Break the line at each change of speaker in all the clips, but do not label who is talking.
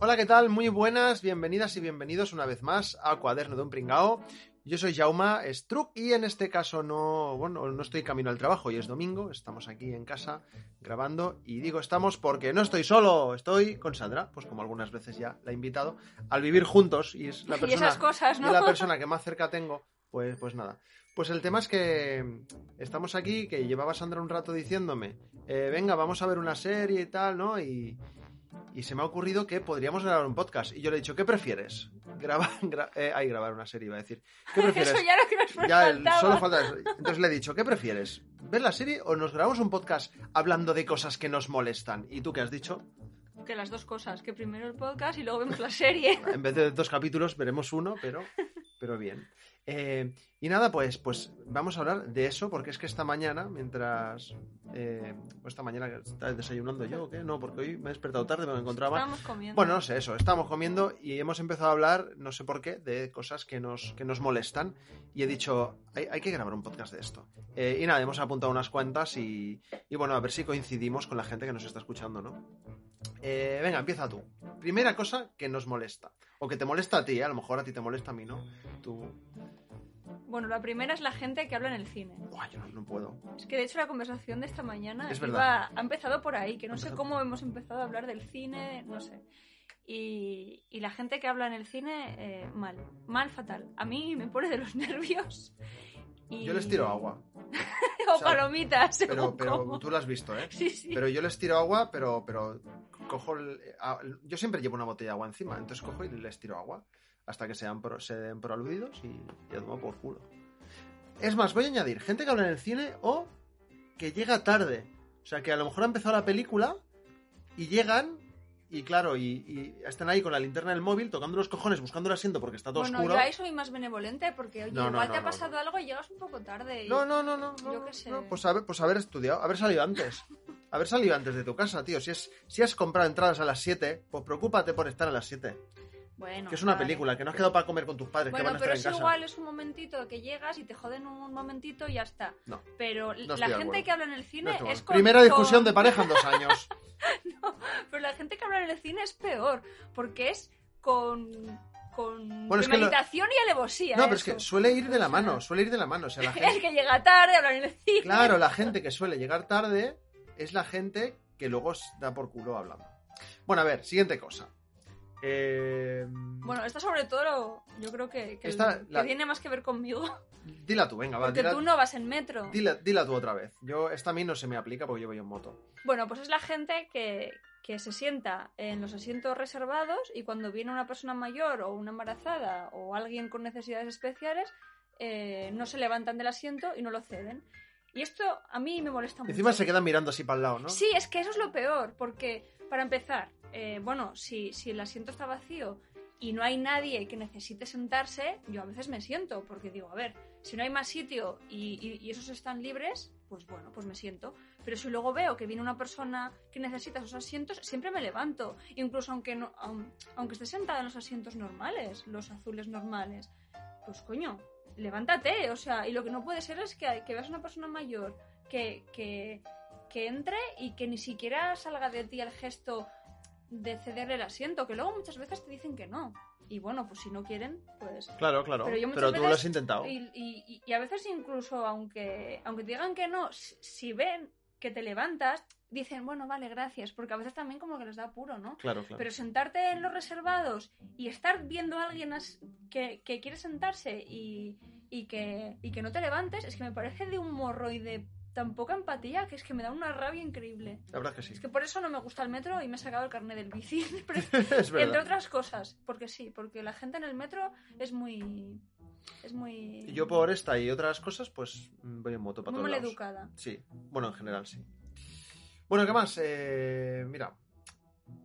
Hola, ¿qué tal? Muy buenas, bienvenidas y bienvenidos una vez más a Cuaderno de un Pringao. Yo soy Jauma Struck y en este caso no, bueno, no estoy camino al trabajo, y es domingo, estamos aquí en casa grabando y digo estamos porque no estoy solo, estoy con Sandra, pues como algunas veces ya la he invitado, al vivir juntos y es la
Y
persona,
esas cosas, ¿no?
y la persona que más cerca tengo, pues, pues nada. Pues el tema es que estamos aquí, que llevaba Sandra un rato diciéndome, eh, venga, vamos a ver una serie y tal, ¿no? Y, y se me ha ocurrido que podríamos grabar un podcast. Y yo le he dicho, ¿qué prefieres? Grabar, gra- eh, ay, grabar una serie, iba a decir. ¿Qué prefieres?
Eso ya lo que nos
Ya, el-
faltaba.
solo falta eso. Entonces le he dicho, ¿qué prefieres? ¿Ver la serie o nos grabamos un podcast hablando de cosas que nos molestan? ¿Y tú qué has dicho?
Que las dos cosas, que primero el podcast y luego vemos la serie.
En vez de dos capítulos, veremos uno, pero, pero bien. Eh, y nada, pues, pues vamos a hablar de eso, porque es que esta mañana, mientras. eh, o esta mañana que estaba desayunando yo, ¿o qué? No, porque hoy me he despertado tarde, me lo encontraba.
Estábamos comiendo.
Bueno, no sé, eso, estamos comiendo y hemos empezado a hablar, no sé por qué, de cosas que nos, que nos molestan y he dicho, hay, hay que grabar un podcast de esto. Eh, y nada, hemos apuntado unas cuantas y, y bueno, a ver si coincidimos con la gente que nos está escuchando, ¿no? Eh, venga, empieza tú. Primera cosa que nos molesta, o que te molesta a ti, ¿eh? a lo mejor a ti te molesta, a mí no. Tú,
Bueno, la primera es la gente que habla en el cine.
Buah, yo no, no puedo.
Es que de hecho la conversación de esta mañana
Es
iba-
verdad.
ha empezado por ahí, que no sé
Empezado.
cómo hemos empezado a hablar del cine, no sé. Y, y la gente que habla en el cine, eh, mal, mal, fatal. A mí me pone de los nervios. Y...
Yo les tiro agua,
o
o sea,
palomitas.
pero,
según
pero
cómo.
tú lo has visto, ¿eh?
Sí, sí.
Pero yo les tiro agua, pero, pero cojo el- a- yo siempre llevo una botella de agua encima, entonces cojo y les tiro agua hasta que sean por- se den por aludidos y ya tomo por culo. Es más, voy a añadir gente que habla en el cine o que llega tarde. O sea, que a lo mejor ha empezado la película y llegan y claro, y, y están ahí con la linterna del móvil tocando los cojones, buscando el asiento porque está todo
bueno,
oscuro.
yo ahí soy más benevolente porque oye,
No, no,
igual
no,
te ha
no,
pasado
no.
algo y llegas un poco tarde. y-
No, no, no, no.
Yo
no,
qué sé.
no, pues, haber, pues haber estudiado, haber salido antes. Haber salido antes de tu casa, tío. Si, es, si has comprado entradas a las 7, pues preocúpate por estar a las 7.
Bueno,
que es una
vale.
película, que no has quedado para comer con tus padres, que
Bueno,
van a
pero
estar en
eso
casa.
igual es un momentito que llegas y te joden un momentito y ya está.
No.
Pero
estoy
la
de
gente
acuerdo.
que habla en el
No
cine
estuvo
es
mal.
con-
Primera
con-
discusión de pareja en dos años.
Pero la gente que habla en el cine es peor, porque es con con
Bueno, es que lo-
premeditación y alevosía.
No, pero es
eso.
que suele ir de la mano,
O
suele ir de la mano. O sea, la
sea, el
gente,
que llega tarde habla en el cine.
claro, la gente que suele llegar tarde es la gente que luego os da por culo hablando. Bueno, a ver, siguiente cosa. Eh,
Bueno, esta sobre todo lo- yo creo que, que, el-
Esta,
que
la-
tiene más que ver conmigo,
dila tú, venga, va,
porque
dila,
tú no vas en metro.
dila- dila tú otra vez. Yo, esta a mí no se me aplica porque yo voy en moto.
Bueno, pues es la gente que, que se sienta en los asientos reservados y cuando viene una persona mayor o una embarazada o alguien con necesidades especiales, eh, no se levantan del asiento y no lo ceden. Y esto a mí me molesta mucho.
Encima se quedan mirando así para el lado, ¿no?
Sí, es que eso es lo peor, porque para empezar, eh, bueno, si, si el asiento está vacío y no hay nadie que necesite sentarse, yo a veces me siento, porque digo, a ver, si no hay más sitio y, y- y esos están libres, pues bueno, pues me siento. Pero si luego veo que viene una persona que necesita esos asientos, siempre me levanto, incluso aunque, no, aun- aunque esté sentada en los asientos normales, los azules normales, pues coño. Levántate, o sea, y lo que no puede ser es que, que veas a una persona mayor que, que, que entre y que ni siquiera salga de ti el gesto de cederle el asiento, que luego muchas veces te dicen que no. Y bueno, pues si no quieren, pues...
Claro, claro.
Pero
Pero,
yo muchas
tú
veces-
lo has intentado.
Y, y- y a veces incluso, aunque, aunque te digan que no, si, si ven que te levantas, dicen, bueno, vale, gracias, porque a veces también como que les da apuro, ¿no?
Claro, claro.
Pero sentarte en los reservados y estar viendo a alguien as- que, que quiere sentarse y, y que, y que no te levantes, es que me parece de un morro y de tan poca empatía que es que me da una rabia increíble.
La verdad es que
Es
sí.
que por eso no me gusta el metro y me he sacado el carnet del bici. Pero-
es
entre
verdad.
otras cosas, porque sí, porque la gente en el metro es muy. es muy.
Y Yo por esta y otras cosas, pues mm, voy en moto para
muy
todos lados.
maleducada.
Sí. Bueno, en general, sí. Bueno, ¿qué más? Eh, mira.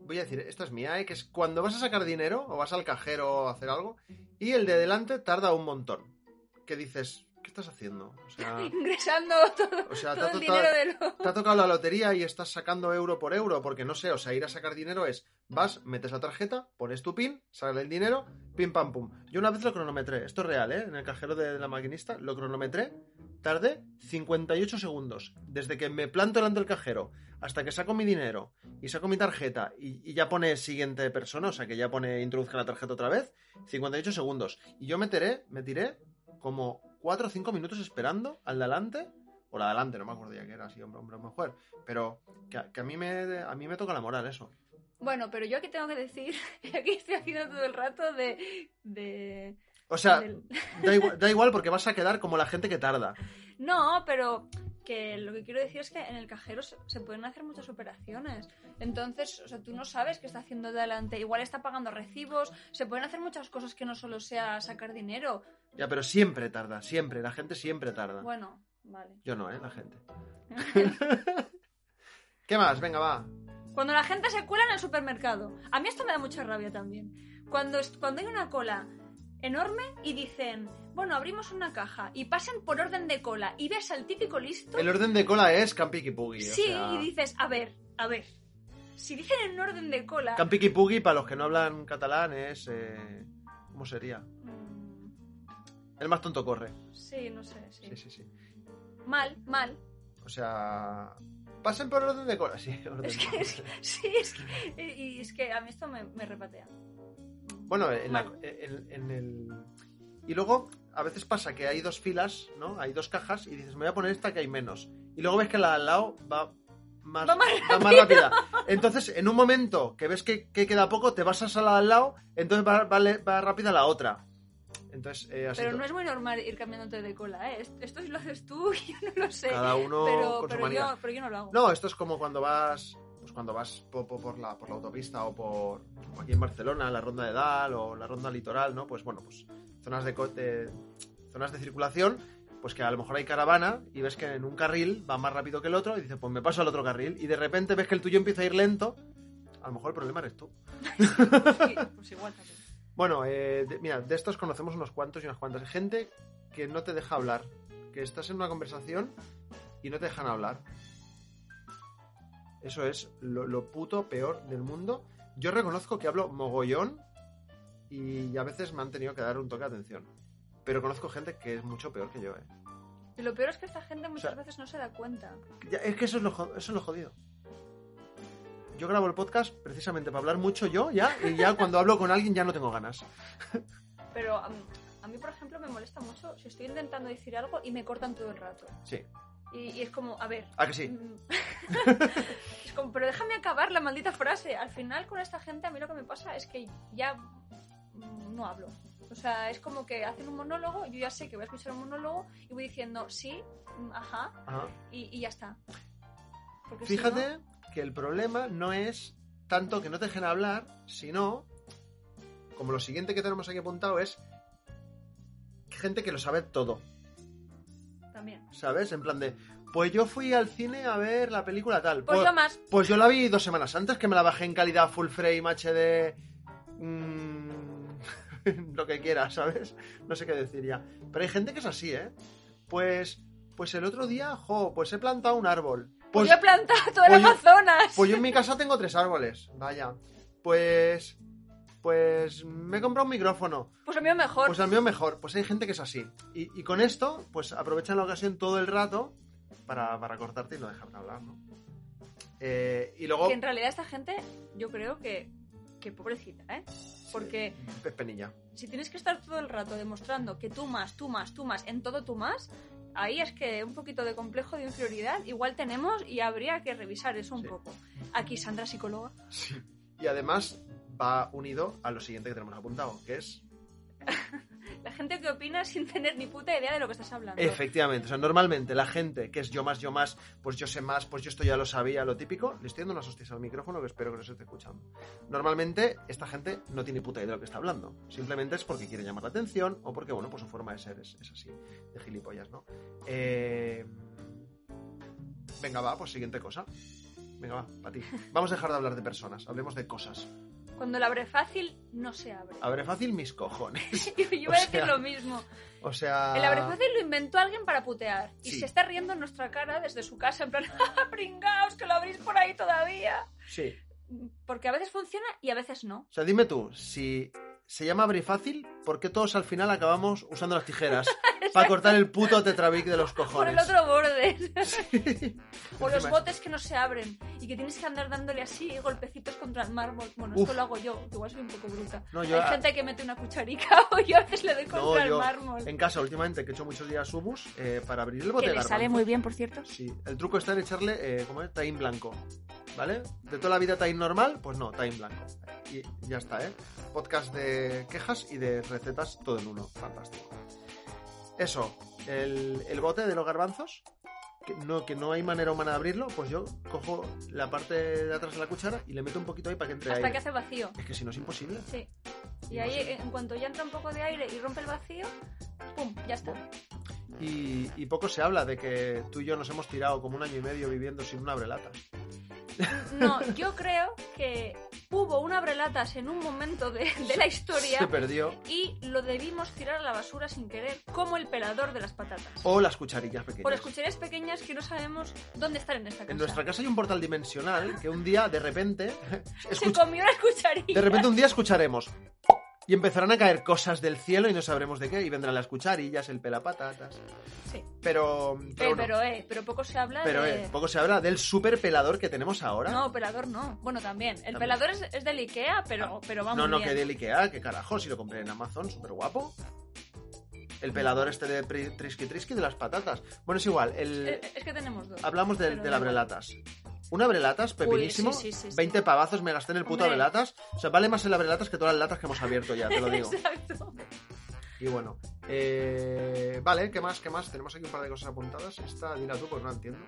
voy a decir, esta es mía, ¿eh? que es cuando vas a sacar dinero o vas al cajero a hacer algo y el de delante tarda un montón. Que dices, ¿qué estás haciendo? O sea,
Ingresando todo,
o sea,
todo
te,
el
ha
dinero
tocado-
de los...
te ha tocado la lotería y estás sacando euro por euro, porque no sé, o sea, ir a sacar dinero es, vas, metes la tarjeta, pones tu pin, sale el dinero, pim pam pum. Yo una vez lo cronometré, esto es real, ¿eh? En el cajero de la maquinista lo cronometré, tardé 58 segundos, desde que me planto delante del cajero hasta que saco mi dinero y saco mi tarjeta y, y ya pone siguiente persona, o sea, que ya pone introduzca la tarjeta otra vez, 58 segundos. Y yo me tiré, me tiré como 4 o 5 minutos esperando al de adelante, o la de adelante, no me acuerdo ya que era, si hombre, hombre o mujer, pero que, a- que a, mí me, a mí me toca la moral eso.
Bueno, pero yo aquí tengo que decir, aquí estoy haciendo todo el rato de... de-
O sea,
del-
da igual, da igual porque vas a quedar como la gente que tarda.
No, pero que lo que quiero decir es que en el cajero se se pueden hacer muchas operaciones. Entonces, o sea, tú no sabes qué está haciendo de adelante. Igual está pagando recibos, se pueden hacer muchas cosas que no solo sea sacar dinero.
Ya, pero siempre tarda, siempre, la gente siempre tarda.
Bueno, vale.
Yo no, ¿eh? La gente. ¿Qué más? Venga, va.
Cuando la gente se cuela en el supermercado. A mí esto me da mucha rabia también. Cuando, es- cuando hay una cola enorme y dicen, bueno, abrimos una caja y pasan por orden de cola y ves al típico listo.
El orden de cola es Campiki Puggy.
sí, y dices, a ver, a ver. Si dicen en un orden de cola...
Campiqui Pugui, para los que no hablan catalán, es. eh, ¿Cómo sería?
mm,
El más tonto corre.
Sí, no sé, sí.
Sí, sí, sí.
Mal, mal.
O sea. Pasen por orden de cola. Sí, orden
Es
de
que, es,
cola.
sí, es que, y- y es que a mí esto me, me repatea.
Bueno, en, la-
Mal.
en- en el. Y luego, a veces pasa que hay dos filas, ¿no? Hay dos cajas y dices, me voy a poner esta que hay menos. Y luego ves que la al lado va más,
Va más
va más rápida. Entonces, en un momento que ves que, que queda poco, te vas a esa la de al lado, entonces va, va le- va rápida la otra. Entonces, eh, así
Pero
to-
no es muy normal ir cambiándote de cola, ¿eh? Esto, esto si lo haces tú, yo no lo sé.
cada uno
pero,
con su
pero
manía.
yo, pero yo no lo hago.
No, esto es como cuando vas, pues cuando vas po- po- por, la, por la autopista o por como aquí en Barcelona, la ronda de Dal o la ronda litoral, ¿no? Pues bueno, pues zonas de, co- de- zonas de circulación, pues que a lo mejor hay caravana y ves que en un carril va más rápido que el otro y dices, pues me paso al otro carril y de repente ves que el tuyo empieza a ir lento. A lo mejor el problema eres tú.
Sí, pues igual también.
Bueno, eh, de- mira, de estos conocemos unos cuantos y unas cuantas. Gente que no te deja hablar, que estás en una conversación y no te dejan hablar. Eso es lo, lo puto peor del mundo. Yo reconozco que hablo mogollón y a veces me han tenido que dar un toque de atención. Pero conozco gente que es mucho peor que yo, ¿eh?
Y lo peor es que esta gente muchas
O sea-
veces no se da cuenta.
Ya, es que eso es, lo, jo- eso es lo jodido. Yo grabo el podcast precisamente para hablar mucho yo, ya, y ya cuando hablo con alguien ya no tengo ganas.
Pero am, a, mí, por ejemplo, me molesta mucho si estoy intentando decir algo y me cortan todo el rato.
Sí.
Y, y es como, a ver.
¿A que sí?
mm, es como, pero déjame acabar la maldita frase. Al final, con esta gente, a mí lo que me pasa es que ya mm, no hablo. O sea, es como que hacen un monólogo, yo ya sé que voy a escuchar un monólogo y voy diciendo sí, mm, ajá,
Ajá.
y, y ya está. Porque Pues si no-
Fíjate que el problema no es tanto que no te dejen hablar, sino, como lo siguiente que tenemos aquí apuntado es gente que lo sabe todo,
también.
¿sabes? En plan de, pues yo fui al cine a ver la película tal.
Pues yo más.
pues yo la vi dos semanas antes, que me la bajé en calidad full frame HD... mm, lo que quiera, ¿sabes? No sé qué decir ya. Pero hay gente que es así, ¿eh? Pues, pues el otro día, jo, pues he plantado un árbol.
Pues yo he plantado todo el
pues yo-
Amazonas.
Pues yo en mi casa tengo tres árboles, vaya. Pues. Pues me he comprado un micrófono.
Pues a mí mejor.
Pues al mío mejor. Pues hay gente que es así. Y, y con esto, pues aprovechan la ocasión todo el rato para, para cortarte y no dejarte hablar, ¿no? Eh, y luego.
Que en realidad esta gente, yo creo que, que pobrecita, ¿eh? Porque
Es penilla.
si tienes que estar todo el rato demostrando que tú más, tú más, tú más, en todo tú más, ahí es que un poquito de complejo de inferioridad igual tenemos y habría que revisar eso un
Sí.
poco. Aquí Sandra, psicóloga.
Y además va unido a lo siguiente que tenemos apuntado, que es.
La gente que opina sin tener ni puta idea de lo que estás hablando.
Efectivamente, o sea, normalmente la gente que es yo más, yo más, pues yo sé más, pues yo esto ya lo sabía, lo típico, le estoy dando unas hostias al micrófono que espero que no se esté escuchando. Normalmente esta gente no tiene puta idea de lo que está hablando, simplemente es porque quiere llamar la atención o porque, bueno, pues su forma de ser es, es así, de gilipollas, ¿no? Eh, Venga, va, pues siguiente cosa. Venga, va, a ti. Vamos a dejar de hablar de personas, hablemos de cosas.
Cuando la abre fácil, no se abre.
Abre fácil mis cojones.
Yo iba
O
a decir
sea,
lo mismo.
O sea.
El abre fácil lo inventó alguien para putear. Y
Sí.
se está riendo en nuestra cara desde su casa, en plan, ¡ah, pringaos, que lo abrís por ahí todavía!
Sí.
Porque a veces funciona y a veces no.
O sea, dime tú, si se llama abre fácil, ¿por qué todos al final acabamos usando las tijeras para cortar el puto tetravic de los
Por
cojones?
el otro borde. o los
Encima-
botes que no se abren. Y que tienes que andar dándole así golpecitos contra el mármol. Bueno,
Uf.
esto lo hago yo, que igual soy un poco bruta.
No, yo-
Hay gente que mete una cucharica o yo a veces le doy contra
No,
el
yo
mármol.
en casa últimamente que he hecho muchos días humus eh, para abrir el bote
Que
de
le sale
garbanzo.
muy bien, por cierto.
Sí, el truco está en echarle, eh, ¿cómo es? Taín blanco, ¿vale? De toda la vida taín normal, pues no, taín blanco. Y ya está, ¿eh? Podcast de quejas y de recetas todo en uno, fantástico. Eso, el, el bote de los garbanzos, que no, que no hay manera humana de abrirlo, pues yo cojo la parte de atrás de la cuchara y le meto un poquito ahí para que entre
Hasta
aire.
que hace vacío.
Es que si no es imposible.
Sí. Y ahí, en cuanto ya entra un poco de aire y rompe el vacío, ¡pum! Ya está.
Y, y poco se habla de que tú y yo nos hemos tirado como un año y medio viviendo sin una abrelata.
No, yo creo que hubo un abrelatas en un momento de, de la
Se
historia
perdió.
y lo debimos tirar a la basura sin querer, como el pelador de las patatas.
O las cucharillas pequeñas.
Por escucherías pequeñas que no sabemos dónde están en esta casa.
En nuestra casa hay un portal dimensional que un día, de repente,
Se
escucha-
comió la
de
cucharilla.
repente un día escucharemos y empezarán a caer cosas del cielo y no sabremos de qué y vendrán las cucharillas, el pelapatatas.
Sí.
Pero,
Eh,
pero, no.
pero, eh, pero poco se habla
Pero,
de...
eh, poco se habla del super pelador que tenemos ahora.
No, pelador no. Bueno, también. El
También. Ah.
pelador es, es del Ikea, pero, pero vamos
no, no,
bien.
que del Ikea, que carajo, si lo compré en Amazon, súper guapo. El pelador este de pri- Trisky Trisky de las patatas. Bueno, es igual, el,
Eh, Es que tenemos dos.
hablamos del,
Pero
del
da
abrelatas. Un abrelatas, pepinísimo.
Uy, sí, sí, sí, sí.
20 pavazos me gasté en el puto
Hombre.
abrelatas. O sea, vale más el abrelatas que todas las latas que hemos abierto ya, te lo digo.
Exacto.
Y bueno, eh, vale, ¿qué más? ¿Qué más? Tenemos aquí un par de cosas apuntadas. Esta, dila tú, pues no la entiendo.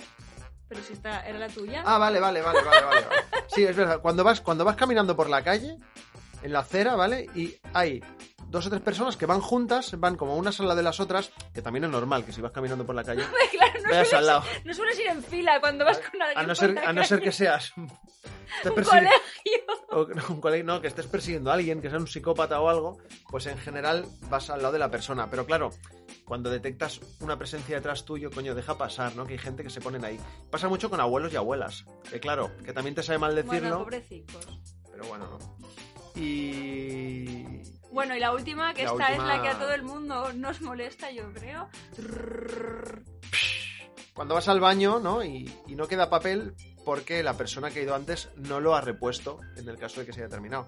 Pero si esta era la tuya.
Ah, vale, vale, vale, vale, vale. vale. Sí, es verdad. Cuando vas, cuando vas caminando por la calle, en la acera, ¿vale? Y hay dos o tres personas que van juntas, van como unas al lado de las otras, que también es normal que si vas caminando por la calle,
claro, no
vayas al
sueles,
lado.
no sueles ir en fila cuando vas con alguien.
A no
por
ser,
la
a no ser
calle.
que seas... te
Un
persigue-
colegio.
o que- no, un colega, no, que estés persiguiendo a alguien, que sea un psicópata o algo, pues en general vas al lado de la persona. Pero claro, cuando detectas una presencia detrás tuyo, coño, deja pasar, ¿no? Que hay gente que se ponen ahí. Pasa mucho con abuelos y abuelas. Que claro, que también te sabe mal
Bueno,
decirlo,
pobrecitos.
pero bueno, no. Y...
Bueno, y la última, que
La
esta
última-
es la que a todo el mundo nos molesta, yo creo. Trrrrrrr.
Cuando vas al baño, ¿no? Y, y no queda papel porque la persona que ha ido antes no lo ha repuesto en el caso de que se haya terminado.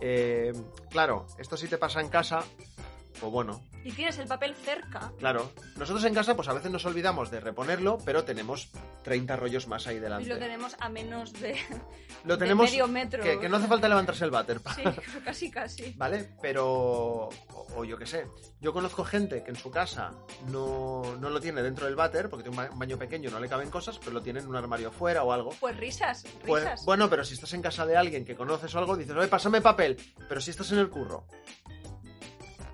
Eh, claro, esto si te pasa en casa, pues bueno,
Y tienes el papel cerca.
Claro, nosotros en casa pues a veces nos olvidamos de reponerlo, pero tenemos 30 rollos más ahí
Y
delante.
lo tenemos a menos de,
Lo
de
tenemos
medio metro.
que, que no hace falta levantarse el váter, pa-
Sí, casi, casi.
¿vale? Pero, o, o yo qué sé, yo conozco gente que en su casa no, no lo tiene dentro del váter, porque tiene un ba- un baño pequeño, no le caben cosas, pero lo tiene en un armario afuera o algo.
Pues risas,
Pues,
risas.
bueno, pero si estás en casa de alguien que conoces o algo, dices, oye, pásame papel, pero si estás en el curro,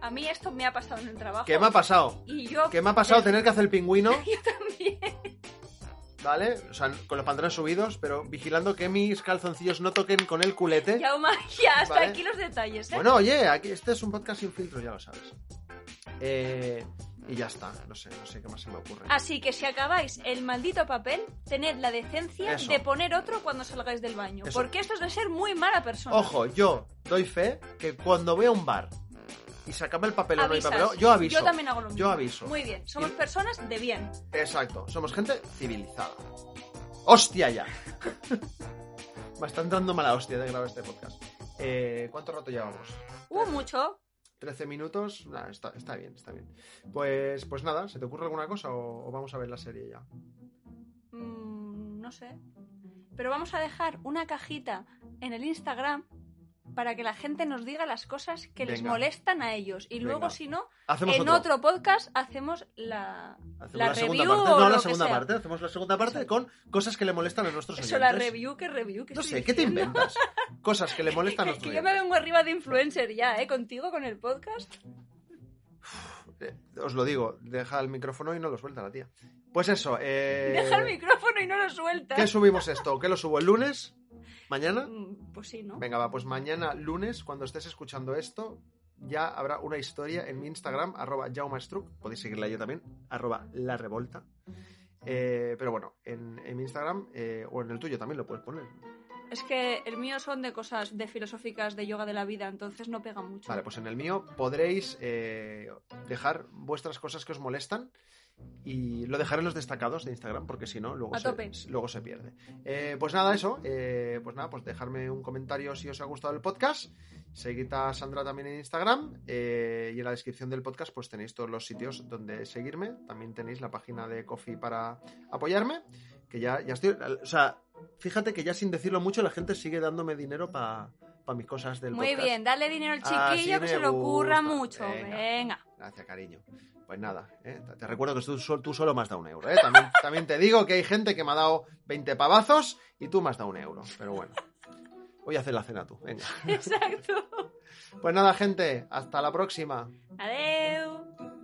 A mí esto me ha pasado en el trabajo.
¿qué me ha pasado?
Y yo
¿Qué me ha pasado tener que hacer el pingüino?
también.
¿Vale? O sea, con los pantalones subidos, pero vigilando que mis calzoncillos no toquen con el culete.
Ya, Omar, ya, hasta
Vale.
aquí los detalles, ¿eh?
Bueno, oye, aquí, este es un podcast sin filtro, ya lo sabes. Eh, y ya está, no sé, no sé qué más se me ocurre.
Así que si acabáis el maldito papel, tened la decencia
Eso.
de poner otro cuando salgáis del baño.
Eso.
Porque esto es de ser muy mala persona.
Ojo, yo doy fe que cuando voy a un bar y se acaba el papel o no hay
Avisas.
papel, yo aviso.
Yo también hago lo mismo.
Yo aviso.
Muy bien, somos
Y-
personas de bien.
Exacto, somos gente civilizada. ¡Hostia ya! me está entrando mala hostia de grabar este podcast. Eh, ¿Cuánto rato llevamos?
Uh, mucho.
13 minutos, nah, está, está bien, está bien. Pues, pues nada, ¿se te ocurre alguna cosa o, o vamos a ver la serie ya?
Mm, no sé. Pero vamos a dejar una cajita en el Instagram para que la gente nos diga las cosas que les
Venga.
molestan a ellos. Y luego,
Venga.
si no,
Hacemos
en otro. podcast hacemos la...
Hacemos
la
segunda
review
parte.
o
No,
lo
la
que
segunda
sea.
parte. Hacemos la segunda parte con cosas que le molestan a nuestros
Eso, la
oyentes.
review, que review. que
No
estoy
sé, ¿qué te
diciendo?
inventas? Cosas que le molestan a
Que,
nuestros
yo me
oyentes.
vengo arriba de influencer ya, ¿eh? Contigo, con el podcast.
Eh, Os lo digo, deja el micrófono y no lo suelta la tía. Pues eso, eh,
Deja el micrófono y no lo sueltas.
¿qué subimos esto? ¿Qué lo subo el lunes? ¿Mañana?
Mm, Pues sí, ¿no?
Venga, va, pues mañana lunes, cuando estés escuchando esto, ya habrá una historia en mi Instagram, arroba jaumastruc, podéis seguirla yo también, arroba la revolta. Eh, pero bueno, en, en mi Instagram eh, o en el tuyo también lo puedes poner.
Es que el mío son de cosas de filosóficas de yoga de la vida, entonces no pega mucho.
Vale, pues en el mío podréis eh, dejar vuestras cosas que os molestan y lo dejaré en los destacados de Instagram porque si no, luego,
A tope.
se, luego se pierde. Eh, pues nada, eso. eh, pues nada, pues dejarme un comentario si os ha gustado el podcast. Seguid a Sandra también en Instagram eh, y en la descripción del podcast pues tenéis todos los sitios donde seguirme. También tenéis la página de Coffee para apoyarme. Que ya, ya estoy... O sea, fíjate que ya sin decirlo mucho la gente sigue dándome dinero para mis cosas del
Muy
podcast.
bien, dale dinero al
Así
chiquillo que
me
se lo curra
gusta.
mucho.
Venga.
Venga.
Gracias, cariño. Pues nada, ¿eh? te- te recuerdo que tú, sol- tú solo me has dado un euro. ¿eh? También, también te digo que hay gente que me ha dado 20 pavazos y tú me has dado un euro. Pero bueno, voy a hacer la cena tú. Venga.
Exacto.
Pues nada, gente, hasta la próxima.
Adeu.